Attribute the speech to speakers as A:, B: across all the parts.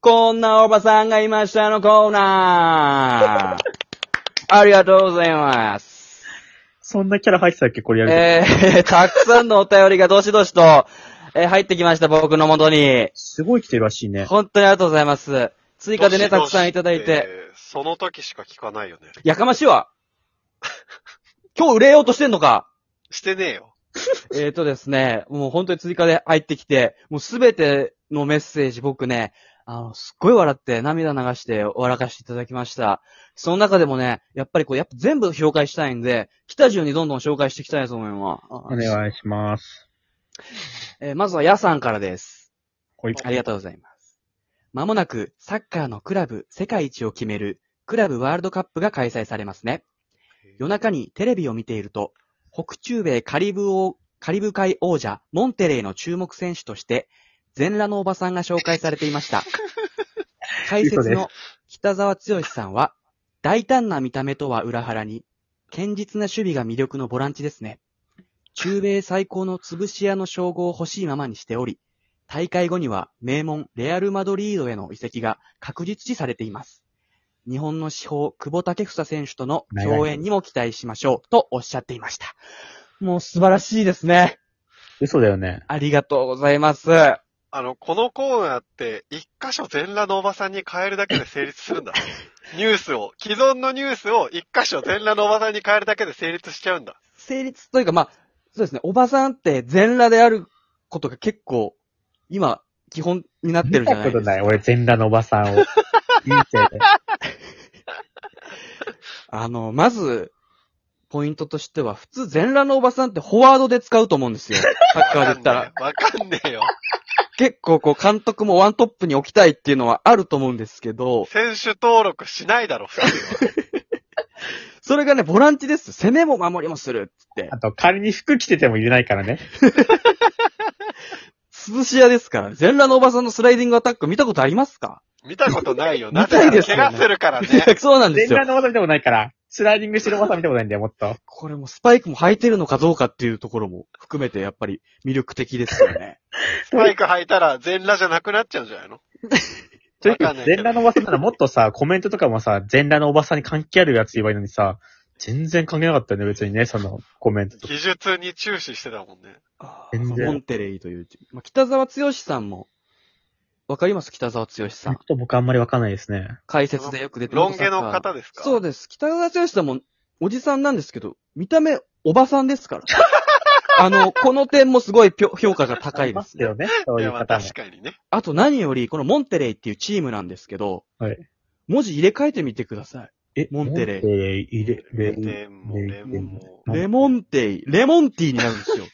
A: こんなおばさんがいましたのコーナーありがとうございます。
B: そんなキャラ入ってたっけこれやると。
A: えー、たくさんのお便りがどしどしと、えー入ってきました、僕の元に。
B: すごい来てるらしいね。
A: 本当にありがとうございます。追加でね、
C: ど
A: た
C: しどし
A: くさんいただいて。。
C: その時しか聞かないよね。
A: やかましいわ。今日売れようとしてんのか
C: してねえよ。
A: えーとですね、もう本当に追加で入ってきて、もうすべてのメッセージ僕ね、あの、すっごい笑って涙流して笑かしていただきました。その中でもね、やっぱりこう、やっぱ全部紹介したいんで、来た順にどんどん紹介していきたいと思います。
B: お願いします。
A: えーまずはヤさんからです。
B: ほい。
A: ありがとうございます。まもなく、サッカーのクラブ世界一を決める、クラブワールドカップが開催されますね。夜中にテレビを見ていると、北中米カリブ王、カリブ海王者、モンテレイの注目選手として、全裸のおばさんが紹介されていま した。解
B: 嘘
A: 説
B: です
A: の北沢剛さんは、大胆な見た目とは裏腹に、堅実な守備が魅力のボランチですね。中米最高の潰し屋の称号を欲しいままにしており、大会後には名門レアル・マドリードへの移籍が確実視されています。日本の司法、久保建英選手との共演にも期待しましょうとおっしゃっていました。もう素晴らしいですね。
B: 嘘だよね。
A: ありがとうございます。あ
C: あの、このコーナーって、一箇所全裸のおばさんに変えるだけで成立するんだ。ニュースを、既存のニュースを一箇所全裸のおばさんに変えるだけで成立しちゃうんだ。
A: 成立というか、まあ、そうですね、おばさんって全裸であることが結構、今、基本になってる
B: 見
A: じゃな
B: た
A: いです
B: こ
A: か
B: と。ない、俺、全裸のおばさんを。人生で。
A: あの、まず、ポイントとしては、普通全裸のおばさんってフォワードで使うと思うんですよ。サッカーで言ったら。
C: わかんねえよ。
A: 結構こう、監督もワントップに置きたいっていうのはあると思うんですけど、
C: 選手登録しないだろ、普通は。
A: それがね、ボランチです。攻めも守りもするっつって
B: あ。と、仮に服着てても言えないからね。
A: 涼し屋ですから、全裸のおばさんのスライディングアタック見たことありますか
C: 見たことないよ。
A: 見
C: なぜ
A: たい
C: な
A: で
C: ら
A: すよ
C: 怪
A: ね
C: 我す るからね。
A: そうなんで
B: 全
A: すよ
B: 裸。のおばさん見たことないから、スライディングしてるおばさん見たことないんだよ、もっと。
A: これもスパイクも履いてるのかどうかっていうところも含めて、やっぱり魅力的ですよね。
C: スパイク履いたら全裸じゃなくなっちゃうんじゃないの
B: とに
C: わ
B: か
C: か
B: く
C: んない
B: 全
C: けど
B: 裸のおばさんならもっとさ、コメントとかもさ、全裸のおばさんに関係あるやつ言えばいいのにさ、全然関係なかったよね、別にね、そのコメントとか。
C: 技術に注視してたもんね。
B: 全然
A: モンテレイという。まあ、北沢剛さんも、わかります北沢剛
B: ち
A: さ
B: ょっ
A: ん。
B: と僕あんまりわかんないですね。
A: 解説でよく出て
C: ロン
A: サッ
C: 毛
A: カー
C: の方ですか
A: そうです。北川剛さんも、おじさんなんですけど、見た目、おばさんです から。あの、この点もすごい評評価が高い
B: ま
A: ですす
B: け
A: ね。
B: どね、そう
C: い
B: い
C: や、
B: う
C: まあ
B: 方も
C: 確。かにね。
A: あと何より、このモンテレイっていうチームなんですけど、
B: はい
A: 文字入れ替えてみてください。
B: え
A: モンテレイ
B: モンレイ入れ、レ
C: レモン、レモン。
B: はい
A: レモンテイ、レモンティーになるんです よ。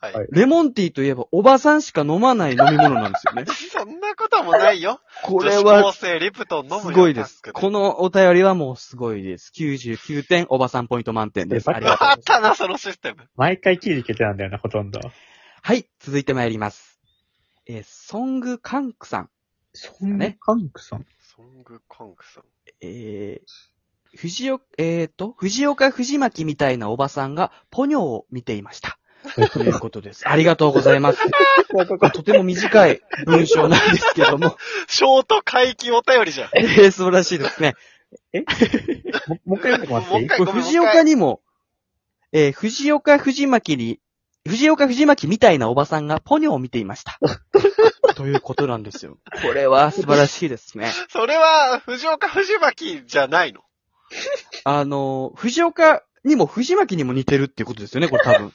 C: はい
B: はい。
A: レモンティーといえば、おばさんしか飲まない飲み物なんですよ ね。
C: そんなこともないよ。
A: これ
C: 女子高
A: は、
C: 生リプトン飲むよ
A: すごいです
C: パッ。ク
A: このお便りはもうすごいです。99点、おばさんポイント満点です。
B: これ
A: ありがとうございます
C: あったな、そのシステム。
B: 毎回聞いてきてたんだよな、ほとんど。
A: はい、続いて参ります。えーソングカンクさん。
B: そ
A: ん
B: ん
A: な
B: な、カンク さん。
C: ソングカンクさん。
A: えー、藤岡、えーと、藤岡藤巻みたいなおばさんがポニョを見ていました。ということです。ありがとうござい ます。とても短い文章なんですけども、
C: ショート回帰お便りじゃん。
A: えー、素晴らしいですね。
B: ももう一回読んでもらっ
C: も
B: て
C: う
B: いい
C: 一回
A: これ藤岡にも、えー藤岡藤巻に、藤岡藤巻みたいなおばさんがポニョを見ていま した。ということなんですよ。これは素晴らしいですね。
C: それは、藤岡藤巻じゃないの。
A: あのー、藤岡にも藤巻にも似てるっていうことですよね、これ多 分。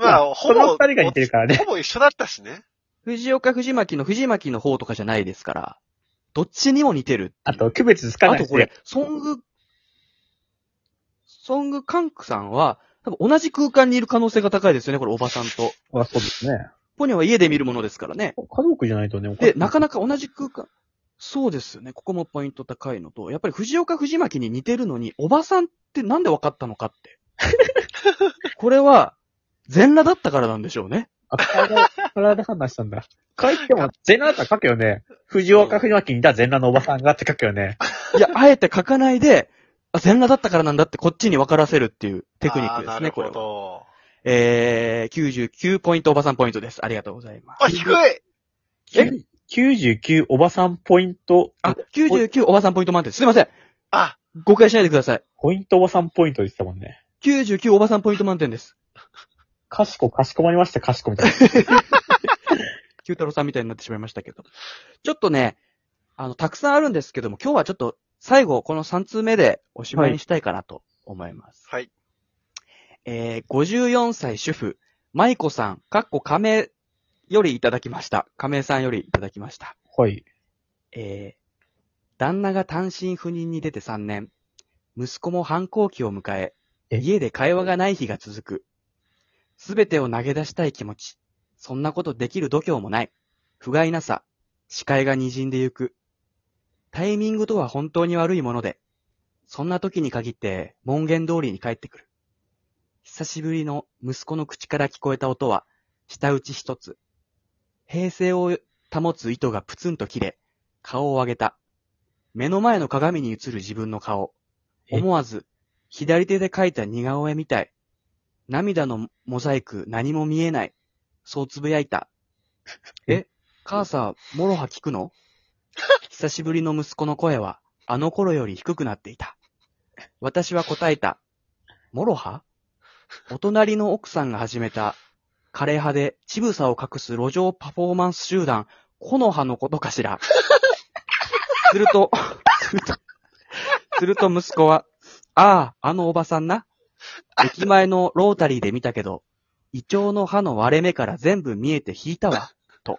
C: まあ、
B: こ
C: ほぼ、
B: の二人が似てるからね。
C: ほぼ一緒だったしね。
A: 藤岡藤巻の藤巻の方とかじゃないですから、どっちにも似てる。
B: あと、区別つか
A: あ
B: ない
A: と
B: し
A: これ、ソング、ソングカンクさんは、多分同じ空間にいる可能性が高いですよね、これおばさんと。
B: あ、そうですね。
A: ポニョは家で見るものですからね。
B: 家族じゃないとね、
A: で、なかなか同じ空間。そうですよね。ここもポイント高いのと、やっぱり藤岡藤巻に似てるのに、おばさんってなんで分かったのか って。これは、全裸だったからなんでしょうね。
B: あ、体、体話したんだ。書いても、全裸だったら書くよね。藤岡藤巻にいた全裸のおばさんがって書くよね。
A: いや、あえて書かないで、あ、全裸だったからなんだってこっちに分からせるっていうテクニックですね、こ
C: あーな
A: れは。
C: るほど。
A: えー、99ポイントおばさんポイントです。ありがとうございます。
C: あ、低い
A: え
B: 99おばさんポイント、
A: あ、99おばさんポイント満点。すいません。
C: あ、
A: 誤解しないでください。
B: ポイントおばさんポイント言ってたもんね。
A: 99おばさんポイント満点です。
B: かしこ、かしこまりました、かしこみた いな。
A: 九太郎さんみたいになってしまいましたけど。ちょっとね、あの、たくさんあるんですけども、今日はちょっと最後、この3通目でおしまいにしたいかなと思います。
C: はい。
A: えー、54歳主婦、舞子さん、かっこ亀よりいただきました。亀さんよりいただきました。
B: はい。
A: えー、旦那が単身赴任に出て3年、息子も反抗期を迎え、
B: え
A: 家で会話がない日が続く。すべてを投げ出したい気持ち、そんなことできる度胸もない、不甲斐なさ、視界が滲んでゆく。タイミングとは本当に悪いもので、そんな時に限って門限通りに帰ってくる。久しぶりの息子の口から聞こえた音は、舌打ち一つ。平静を保つ糸がプツンと切れ、顔を上げた。目の前の鏡に映る自分の顔。
B: え
A: 思わず、左手で描いた似顔絵みたい。涙のモザイク何も見えない。そうつぶやいた。え、母さん、もろは聞くの久しぶりの息子の声は、あの頃より低くなっていた。私は答えた。もろはお隣の奥さんが始めた、枯れ葉で乳房を隠す路上パフォーマンス集団、木の葉のことかしら。すると、すると、すると息子は、ああ、あのおばさんな。駅前のロータリーで見たけど、イチョウの葉の割れ目から全部見えて引いたわ、と。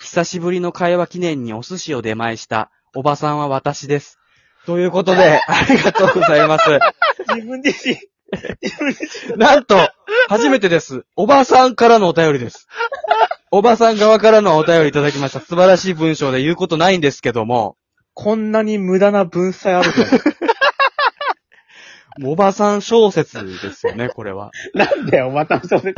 A: 久しぶりの会話記念にお寿司を出前した、おばさんは私です。ということで、ありがとうございます。
B: 自分でし、
A: なんと、初めてです。おばさんからのお便りです。おばさん側からのお便りいただきました。素晴らしい文章で言うことないんですけども、
B: こんなに無駄な文才あるか
A: おばさん小説ですよね、これは。
B: ら なんだよ、またそれ。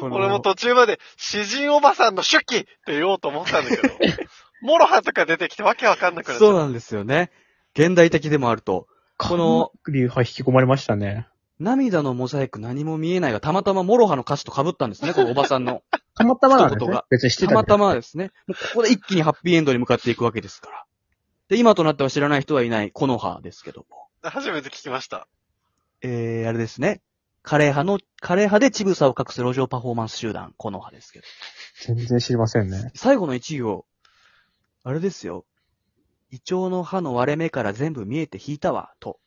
A: この
C: 俺も途中まで、詩人おばさんの手記って言おうと思ったんだけど、 モロハとか出てきてわけわかんなくなっちゃ
A: そう
C: う。
A: なんですよね。現代的でもあると。この、
B: 流派引き込まれましたね。
A: 涙のモザイク何も見えないが、たまたまモロハの歌詞と被ったんですね、このおばさんの。
B: たまたまなん
A: 一
B: です
A: 言
B: ね
A: が。
B: 別にして
A: た
B: た
A: また
B: ま。
A: まですね。もうここで一気にハッピーエンドに向かっていくわけですから。で、今となっては知らない人はいない、コノハですけども。
C: 初めて聞きました。
A: えー、あれですね。カレー派の、カレー派でチブサを隠す路上パフォーマンス集団、コノハですけど。
B: 全然知りませんね。
A: 最後の一行、あれですよ。イチョウの葉の割れ目から全部見えて引いたわ、と。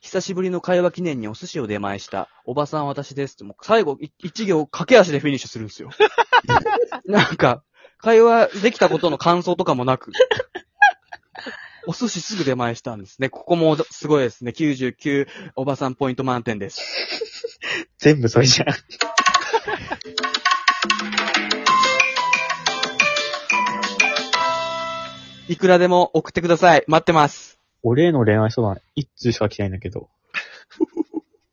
A: 久しぶりの会話記念にお寿司を出前した、おばさん私ですって、もう最後、い一行駆け足でフィニッシュするんですよ。 なんか、会話できたことの感想とかもなく。お寿司すぐ出前したんですね。ここもすごいですね。99おばさんポイント満点です。
B: 全部それじゃん。
A: いくらでも送ってください。待ってます。
B: 俺への恋愛相談、一通しか来てないんだけど。